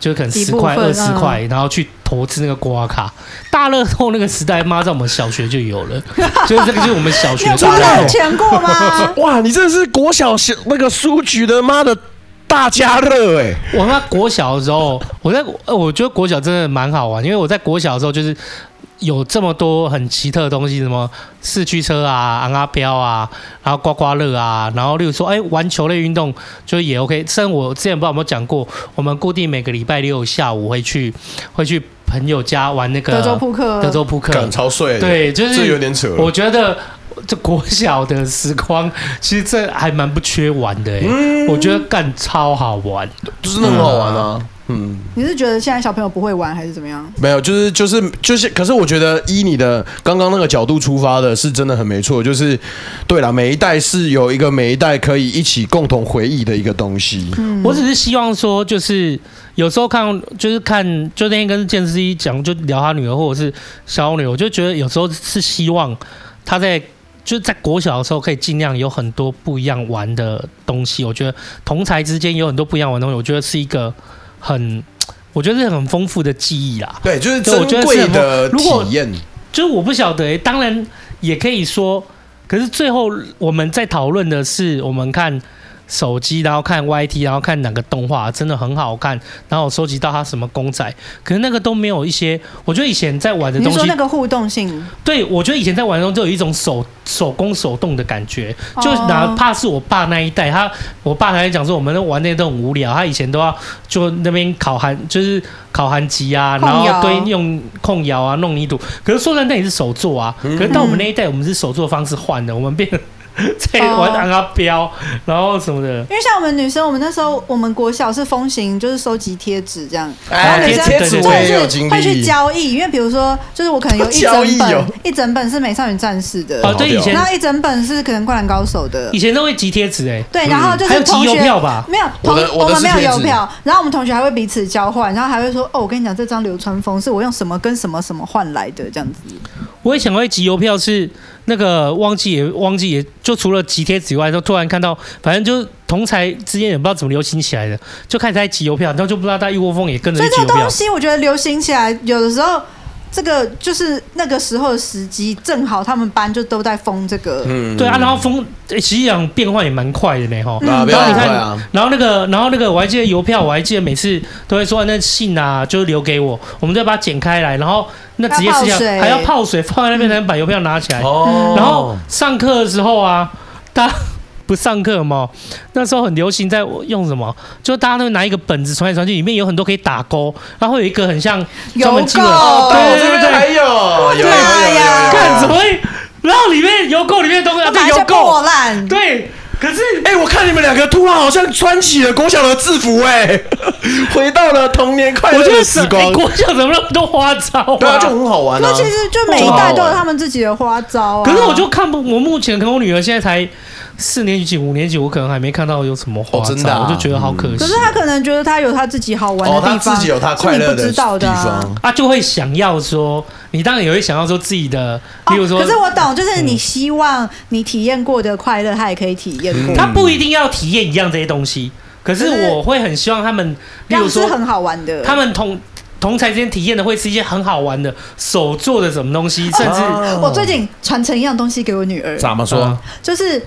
就可能一十部块、分啊二十块，然后去投资那个刮卡。大乐透那个时代，妈在我们小学就有了， 就是这个就是我们小你学有就花到有。钱过 吗啊哇，你这是国小小那个书局的妈的大家乐哎、我那国小的时候，我在呃我觉得国小真的蛮好玩，因为我在国小的时候就是有这么多很奇特的东西，什么四驱车啊、昂阿标啊，然后刮刮乐啊，然后例如说，哎、玩球类运动就是也 OK。虽然我之前不知道有没有讲过，我们固定每个礼拜六下午会去会去朋友家玩那个德州扑克，德州扑克，干超帅的，对，就是这有点扯了我觉得这国小的时光，其实这还蛮不缺玩的、哎、嗯我觉得干超好玩。就是那很好玩啊。嗯，你是觉得现在小朋友不会玩还是怎么样？没有，就是就是就是，可是我觉得依你的刚刚那个角度出发的是真的很没错，就是对了，每一代是有一个每一代可以一起共同回忆的一个东西。我只是希望说，就是有时候看，就是看，就那天跟健司一讲，就聊他女儿或者是小女儿，我就觉得有时候是希望他在就是在国小的时候可以尽量有很多不一样玩的东西。我觉得同才之间有很多不一样玩的东西，我觉得是一个很，我觉得是很丰富的记忆啦。对，就是对我珍觉得是贵很的如果体验。就是我不晓得、欸，当然也可以说，可是最后我们在讨论的是，我们看手机，然后看 YT，然后看哪个动画真的很好看，然后我收集到它什么公仔，可是那个都没有一些，我觉得以前在玩的你东是说西，那个互动性？对我觉得以前在玩的中就有一种手手工手动的感觉，就哦哪怕是我爸那一代，他我爸还讲说我们玩那都很无聊，他以前都要就那边烤韩，就是烤韩鸡啊，控然窑后堆用控窑啊弄泥土。可是说真的，那也是手做啊。可是到我们那一代，我们是手做方式换的，我们变 在玩哦阿拉标，然后什么的。因为像我们女生，我们那时候我们国小是风行，就是收集贴纸这样，哎然后女生贴纸就我也有经是历会去交易，因为比如说，就是我可能有一交整易本哦，一整本是美少女战士的，哦，对，以前然后一整本是可能灌篮高手的以，前都会集贴纸哎，对，然后就还是有集同邮学票吧没有，啊我同的我的们是没有贴纸邮票，然后我们同学还会彼此交换，然后还会说，哦，我跟你讲，这张流川枫是我用什么跟什么什么换来的，这样子。我也想过集邮票是那个忘记也忘记也，就除了集贴纸以外，都突然看到，反正就是同才之间也不知道怎么流行起来的，就开始在集邮票，然后就不知道大家一窝蜂也跟着所去以集这邮个票东。西，我觉得流行起来，有的时候这个就是那个时候的时机，正好他们班就都在封这个。嗯对啊，然后风诶其实讲变换也蛮快的呢哈。嗯吼啊，不然要后很你快看啊，然后那个，然后那个，我还记得邮票，我还记得每次都会说啊那信啊，就留给我，我们就要把它剪开来，然后那职业事要泡水嗯项还要泡水放在那边，才能把邮票拿起来。哦然后上课的时候啊，大家 不上课嘛，那时候很流行在用什么，就大家都拿一个本子传来传去，里面有很多可以打勾，然后有一个很像专门进来邮购到我对哦这对边还对有，有有有有妈呀有，干什么会？然后里面邮购里面都那要本来邮就破购，烂，啊对，可是哎、我看你们两个突然好像穿起了国小的制服、 哎，回到了童年快我乐觉的得哎时是光。国小怎么那么多花招啊？对啊，就很好玩啊。哎那其实就每一代都有他们自己的花招啊。可是我就看不，我目前可能我女儿现在才四年级、五年级，我可能还没看到有什么花哦招，真的啊我就觉得好可惜可是他可能觉得他有他自己好玩的哦，地他方，自己有他快乐是你不的知道的地啊、方。啊，就会想要说，你当然也会想要说自己的，例如哦说，可是我懂，就是你希望你体验过的快乐，他也可以体验嗯过，他不一定要体验一样这些东西，可是我会很希望他们，例嗯这如样是说很好玩的。他们同同才之间体验的会是一些很好玩的手做的什么东哦西，甚至我最近传承一样东西给我女儿，么啊就是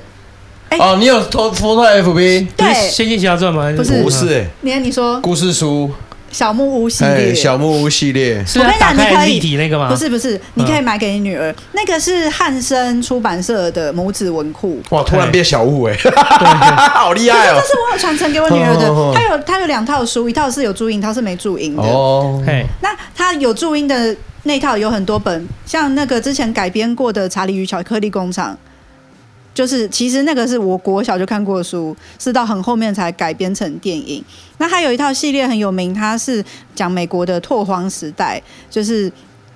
哎哦，你有偷偷看 FB？不是《对，仙剑奇侠传》吗？不是不是、哎你看你说故事书，小木屋系哎，列，小木屋系列。是我跟他你打讲你开可以立体那个吗？不是不是，你可以买给你女儿，那个是汉生出版社的母子文库。哇，突然变小物哎、对， 好厉哎可是害这哦！是我有传承给我女儿的哦哦哦，她有她有两套书，一套是有注音，一套是没注音的。哦，嘿，那他有注音的那套有很多本，像那个之前改编过的《查理与巧克力工厂》，就是其实那个是我国小就看过的书，是到很后面才改编成电影。那还有一套系列很有名，它是讲美国的拓荒时代，就是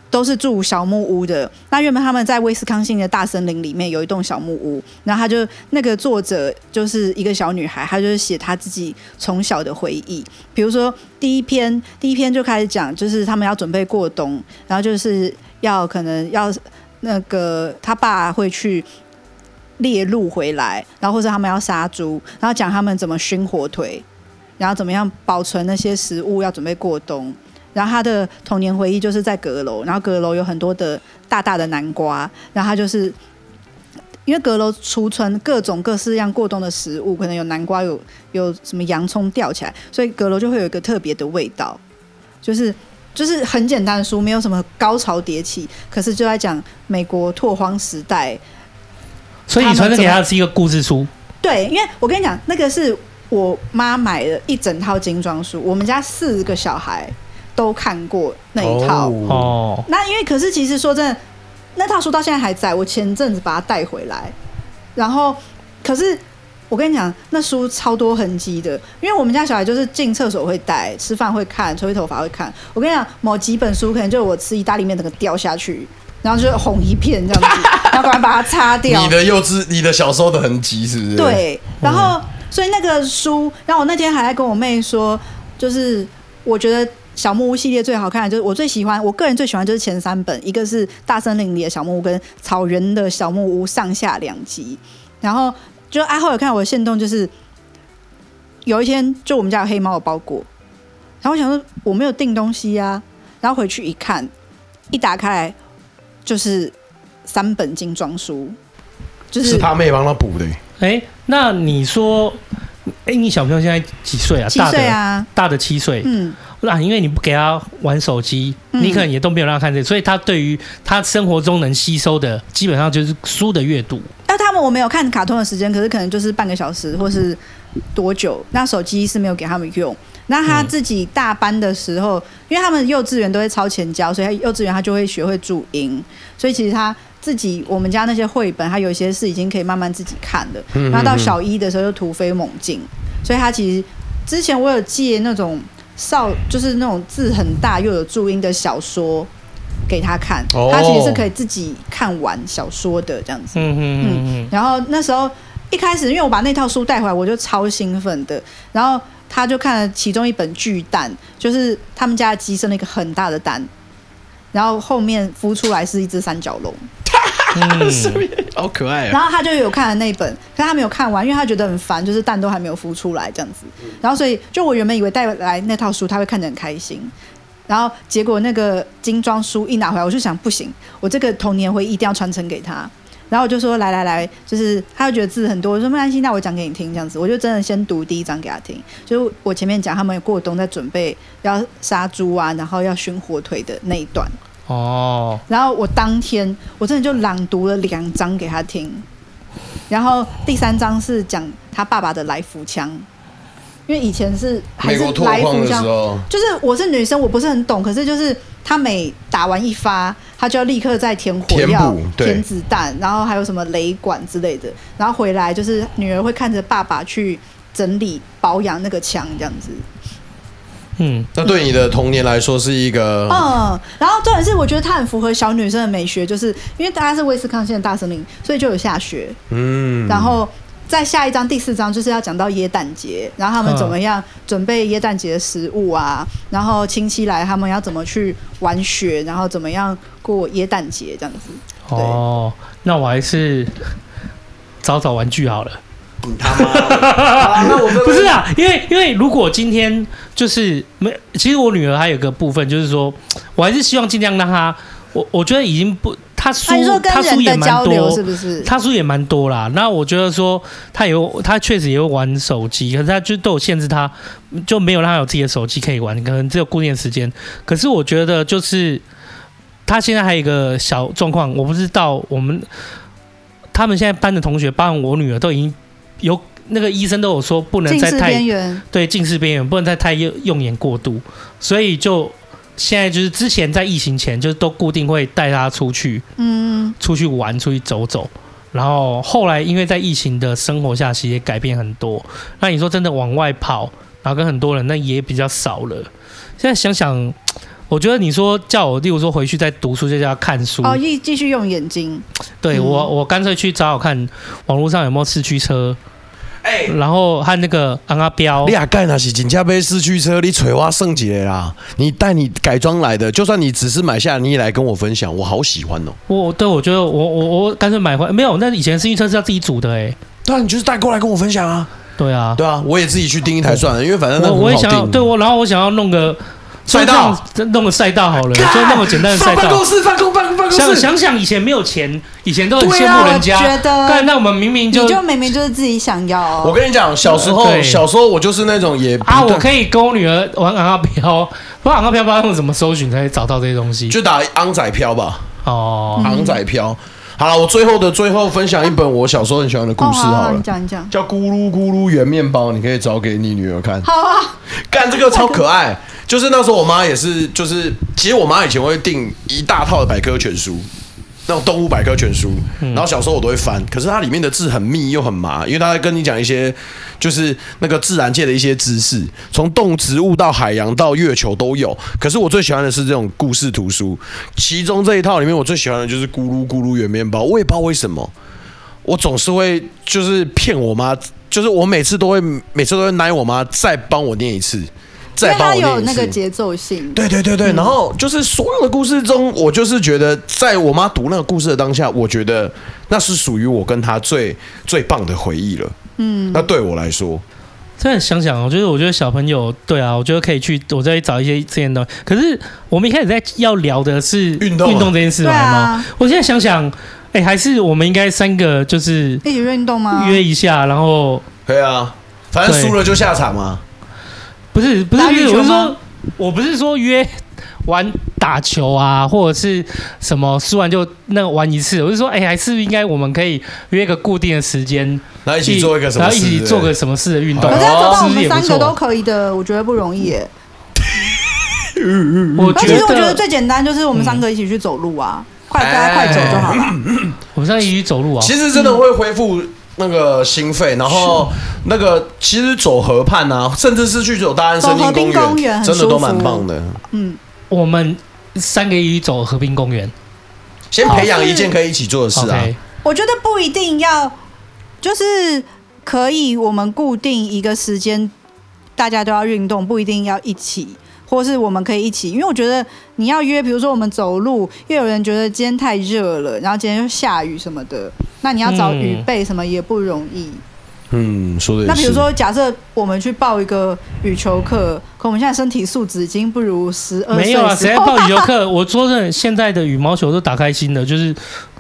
都是住小木屋的。那原本他们在威斯康星的大森林里面有一栋小木屋，然后他就那个作者就是一个小女孩，她就是写她自己从小的回忆。比如说第一篇，第一篇就开始讲，就是他们要准备过冬，然后就是要可能要那个他爸会去。猎鹿回来，然后或者他们要杀猪，然后讲他们怎么熏火腿，然后怎么样保存那些食物要准备过冬。然后他的童年回忆就是在阁楼，然后阁楼有很多的大大的南瓜，然后他就是因为阁楼储存各种各式样过冬的食物，可能有南瓜，有有什么洋葱吊起来，所以阁楼就会有一个特别的味道，就是就是很简单的书，没有什么高潮迭起，可是就在讲美国拓荒时代。所以你传承给他是一个故事书，对，因为我跟你讲，那个是我妈买的一整套精装书，我们家四个小孩都看过那一套。哦，哦，那因为可是其实说真的，那套书到现在还在，我前阵子把它带回来，然后可是我跟你讲，那书超多痕迹的，因为我们家小孩就是进厕所会带，吃饭会看，吹头发会看。我跟你讲，某几本书可能就是我吃意大利面整个掉下去，然后就红一片这样子，然后赶快把它擦掉。 你的幼稚，你的小时候的痕迹是嗯不是？，对，然后、所以那个书，然后我那天还在跟我妹说，就是我觉得。小木屋系列最好看的就是我最喜欢，我个人最喜欢就是前三本，一个是大森林里的小木屋跟草原的小木屋上下两集。然后就阿浩有看我的线动，就是有一天就我们家有黑猫的包裹，然后我想说我没有订东西呀、啊，然后回去一看，一打开来就是三本精装书，就是是他妹帮他补的。哎，那你说，哎，你小朋友现在几岁啊？七岁大的啊，大的七岁，嗯。那、啊因为你不给他玩手机，嗯你可能也都没有让他看这个，所以他对于他生活中能吸收的，基本上就是书的阅读。那他们我没有看卡通的时间，可是可能就是半个小时或是多久。那手机是没有给他们用。那他自己大班的时候，因为他们幼稚园都会超前教，所以他幼稚园他就会学会注音。所以其实他自己我们家那些绘本，他有一些是已经可以慢慢自己看的。然后到小一的时候就突飞猛进，所以他其实之前我有借那种少就是那种字很大又有注音的小说给他看，哦他其实是可以自己看完小说的这样子。嗯嗯嗯嗯，然后那时候一开始，因为我把那套书带回来，我就超兴奋的。然后他就看了其中一本巨蛋，就是他们家的鸡生了一个很大的蛋，然后后面孵出来是一只三角龙。好可哎爱啊然！后他就有看了那一本，可是他没有看完，因为他觉得很烦，就是蛋都还没有孵出来这样子。然后所以就我原本以为带来那套书他会看得很开心，然后结果那个精装书一拿回来，我就想不行，我这个童年回忆一定要传承给他。然后我就说来来来，就是他就觉得字很多，我说没关系，那我讲给你听这样子。我就真的先读第一章给他听，就是我前面讲他们过冬在准备要杀猪啊，然后要熏火腿的那一段。哦，然后我当天我真的就朗读了两章给他听，然后第三章是讲他爸爸的来福枪，因为以前是还美是国拓来荒福的时枪，候，就是我是女生，我不是很懂，可是就是他每打完一发，他就要立刻再填火填药补、对填子弹，然后还有什么雷管之类的，然后回来就是女儿会看着爸爸去整理保养那个枪这样子。嗯，那对你的童年来说是一个哦嗯，然后重点是，我觉得它很符合小女生的美学，就是因为它是威斯康星的大森林，所以就有下雪。嗯，然后在下一章第四章就是要讲到耶诞节，然后他们怎么样准备耶诞节的食物啊，然后亲戚来他们要怎么去玩雪，然后怎么样过耶诞节这样子。哦，那我还是找找玩具好了。你他妈 的！啊那我们不是啊，因为因为如果今天就是没，其实我女儿还有个部分就是说，我还是希望尽量让她，我我觉得已经不，她书那你说跟她书人也的蛮交流多是，不是？他书也蛮多啦。那我觉得说他有，他确实也会玩手机，可是他就都有限制他，就没有让他有自己的手机可以玩，可能只有固定的时间。可是我觉得就是他现在还有一个小状况，我不知道我们他们现在班的同学，包括我女儿，都已经有那个医生都有说不能近再视太边缘，对近视边缘，不能再太用用眼过度，所以就。现在就是之前在疫情前，就是都固定会带他出去，嗯，出去玩、出去走走。然后后来因为在疫情的生活下，其实也改变很多。那你说真的往外跑，然后跟很多人，那也比较少了。现在想想，我觉得你说叫我，例如说回去再读书，就叫看书。哦，继继续用眼睛，对、嗯我，我干脆去找找看网络上有没有四驱车，哎然后和那个昂阿彪你，也啊干那是警察杯四驱车，你锤挖剩几啦？你带你改装来的，就算你只是买下，你也来跟我分享，我好喜欢哦。我对我觉得我我我干脆买回来没有，那以前四驱车是要自己组的哎、对啊，你就是带过来跟我分享啊。对啊，对啊，我也自己去订一台算了，因为反正那我个我也很想好要订。对我，然后我想要弄个赛道，就这样弄个赛道好了，就弄个简单的赛放办道公。室，办公办办公想室，想想以前没有钱，以前都很对羡啊慕人家，我觉得但那我们明明你就就明明就是自己想要啊、我跟你讲，小时候对小时候我就是那种也啊，我可以以跟我女儿玩昂阿飘，不知道昂阿飘不知道用怎么搜寻才找到这些东西。就打昂仔飘吧，哦，昂仔飘。好了，我最后的最后分享一本我小时候很喜欢的故哦事啊好好好了你。讲你讲，叫咕噜咕噜圆面包，你可以找给你女儿看。好啊，干这个超可爱，就是那时候我妈也是，就是其实我妈以前会订一大套的百科全书，那种动物百科全书，然后小时候我都会翻，可是它里面的字很密又很麻，因为它在跟你讲一些就是那个自然界的一些知识，从动植物到海洋到月球都有。可是我最喜欢的是这种故事图书，其中这一套里面我最喜欢的就是咕噜咕噜圆面包，我也不知道为什么。我总是会就是骗我妈，就是我每次都会每次都会奶我妈再帮我念一次，因再为帮它我念有一次。那个节奏性，对对对对，然后就是所有的故事中，我就是觉得，在我妈读那个故事的当下，我觉得那是属于我跟她最最棒的回忆了。嗯，那对我来说，真的想想，我觉得我觉得小朋友对啊，我觉得可以去，我再去找一些这些东西。可是我们一开始在要聊的是运动啊运动这件事对嘛，吗？啊，我现在想想，哎、还是我们应该三个就是一起运动吗？约一下，然后对啊，反正输了就下场嘛。不是不打是羽约，球我是吗说，我不是说约玩打球啊，或者是什么输完就那个玩一次，我是说，哎、还是应该我们可以约一个固定的时间，然后一起做一个什么然事，后一起做个什么事的运动，可是要做到我哦其实们也不三个都错。可以的，我觉得不容易耶。我而且觉得嗯我觉得最简单就是我们三个一起去走路啊，快大家快走就好哎了。我们三个一起走路啊，其实真的会恢复那个心肺，然后那个其实走河畔啊，甚至是去走大安森走河林滨公公园园，很真的舒都蛮服棒的。嗯，我们三个一起走和平公园。先培养一件可以一起做的事啊。哦 OK，我觉得不一定要，就是可以我们固定一个时间，大家都要运动，不一定要一起。或是我们可以一起，因为我觉得你要约，比如说我们走路，因为有人觉得今天太热了，然后今天又下雨什么的，那你要找嗯雨备什么也不容易。嗯，说的那比如说，假设我们去报一个羽球课，可我们现在身体素质已经不如十二岁没有啊，时谁在候报羽球课？我说真的，现在的羽毛球都打开心的，就是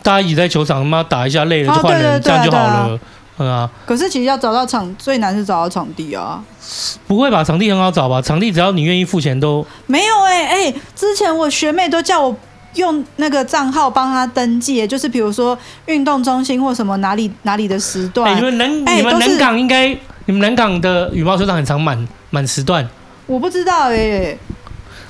大家一起在球场妈打一下累了就换人，哦对对对这样就好对了。嗯啊， 可是其实要找到场最难是找到场地啊，不会吧？场地很好找吧？场地只要你愿意付钱都没有哎、哎、之前我学妹都叫我用那个账号帮她登记、就是比如说运动中心或什么哪里哪里的时哎、段，你们南、哎你们都是南港应该，你们南港的羽毛球场很常满满时段。我不知道哎、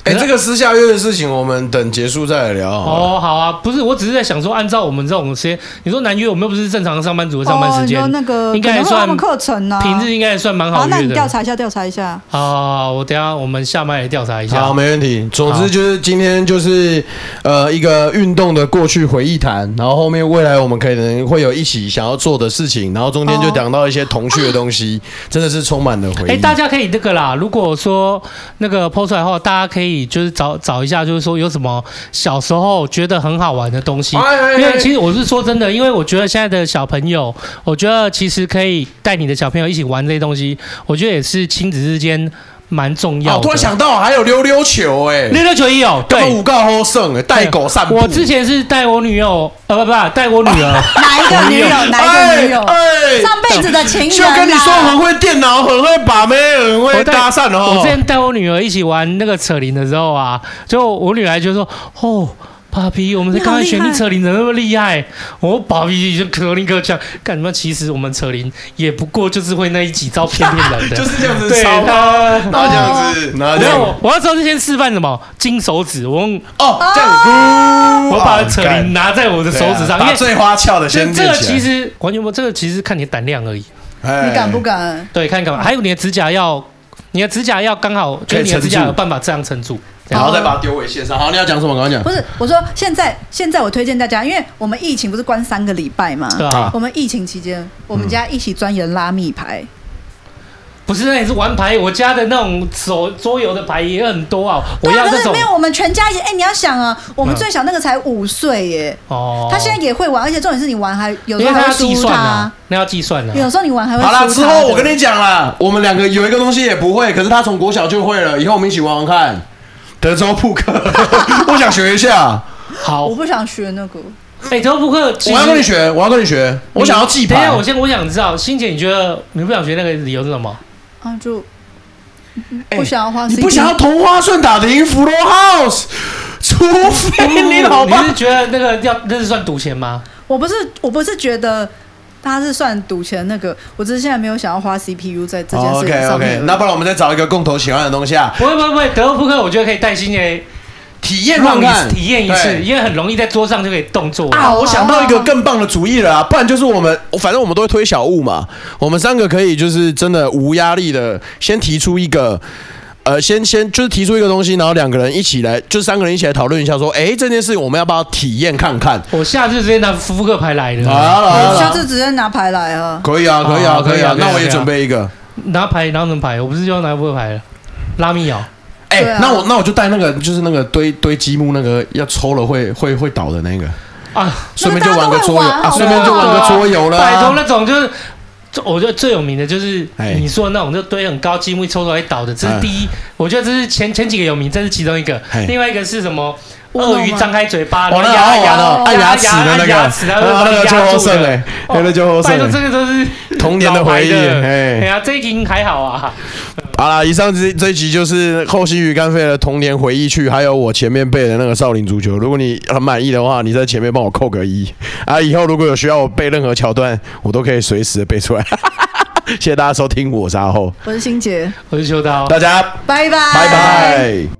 哎、这个私下约的事情，我们等结束再来聊好了。哦，好啊，不是，我只是在想说，按照我们这种时间，你说南约，我们又不是正常的上班族的上班时间，哦、你说那个应该可能会有他算们课程呢、平日应该也算蛮好，那约你的。调查一下，调查一下。好好好我等一下我们下麦来调查一下。好，没问题。总好之就是今天就是呃一个运动的过去回忆谈，然后后面未来我们可能会有一起想要做的事情，然后中间就哦讲到一些童趣的东西，真的是充满了回忆。啊哎、大家可以那个啦，如果说那个 PO 出来后，大家可以就是找找一下，就是说有什么小时候觉得很好玩的东西。哎哎哎因为其实我是说真的，因为我觉得现在的小朋友，我觉得其实可以带你的小朋友一起玩这些东西，我觉得也是亲子之间蛮重要哦的。，突然想到还有溜溜球、哎，六六九一有干嘛对五。告后胜、哎带狗散步。我之前是带我女友，呃，不不，带我女 儿，哪一个女友？哪一个女友？哎上辈子的情人、就啊。跟你说很会电脑，很会把妹，很会我带搭讪哦。我之前带我女儿一起玩那个扯铃的时候啊，就我女儿就说：“哦，爸比，我们你好刚才厉旋律害扯铃怎么那么厉害？我爸比就可林可强，干什么？其实我们扯铃也不过就是会那一几招骗骗人的， 就是这样 子对抄他。然后这样子，然后这没样有，我要知道是先示范什么金手指，我用哦，这样子，哦哦我把扯铃拿在我的手指上，因啊把为最花俏的先这这个练起其来。实完全不，这个其实看你的胆量而已。你哎你敢不？敢？对，看干嘛？还有你的指甲要，你的指甲要刚好，就可以是你的撑指甲住有办法这样撑住。这然样后再把它丢回线上。好，你要讲什么？我刚 刚不讲。是，我说现在现在我推荐大家，因为我们疫情不是关三个礼拜嘛，对啊，我们疫情期间，我们家一起钻研拉密牌，嗯不是，那也是玩牌。我家的那种手桌游的牌也很多啊，我对啊，要可这是种没有，我们全家一起。哎、你要想啊，我们嗯最小那个才五岁耶，哦。嗯他现在也会玩，而且重点是你玩还有时因为候他还要会计输算他啊，，那要计算啊。有时候你玩还会输好他啦，的。之后我跟你讲啦，我们两个有一个东西也不会，可是他从国小就会了，以后我们一起玩玩看。德州扑克，我想学一下，好我，不想学那个，哎，德扑克，其我实要跟你学，我要跟你学，我想要记等一牌下，。我先我想知道，欣姐，你觉得你不想学那个理由是什 么？啊，就不想要花哎你 CD，不想要同花顺打得赢福罗 House，除非你老你爸是觉得那个要那是算赌钱吗？我不是我不是觉得他是算赌钱那个，我只是现在没有想要花 CPU 在这件事 OK 情上面 OK，而已。哦那不然我们再找一个共同喜欢的东西啊，不会不会不会，德州扑克我觉得可以带欣姐体验让看你看，体验一次，对因为很容易在桌上就可以动作了。啊，我想到一个更棒的主意了啊！不然就是我们，反正我们都会推小物嘛，我们三个可以就是真的无压力的，先提出一个。呃，先先就是提出一个东西，然后两个人一起来，就是三个人一起来讨论一下，说，哎，这件事我们要不要体验看看？我下次直接拿扑克牌来好了，啊，好啊我好下啊次直接拿牌来啊！可以啊，可以啊，好可以可以啊啊，那可以啊我也准备一个。拿牌拿什么牌？我不是就要拿扑克牌了，拉密哦。哎对啊，那我那我就带那个，就是那个堆堆积木那个要抽了会会会倒的那个，啊，顺便就玩个大家都会桌玩游啊，好顺便就玩个桌游了啊。摆头那种就是。这我觉得最有名的就是哎你说的那种，就堆很高，积木一抽出来倒的，这是哎第一。我觉得这是前前几个有名，这是其中一个哎。另外一个是什么？乌龙鳄鱼吗张开嘴巴，哇，然那后好压好玩哦，按牙齿的那按个，啊牙齿，然后啊那把个你就压后住剩的。哦哎， 那个就后拜托，剩这哎。个都是童年的回忆老牌的哎哎呀，这一集还好啊。好啦，以上这这一集就是后溪鱼干肺的童年回忆去，还有我前面背的那个少林足球。如果你很满意的话，你在前面帮我扣个一啊。以后如果有需要我背任何桥段，我都可以随时地背出来。 谢谢大家收听，我是阿后，我是欣杰，我是秋刀，大家拜拜，拜拜。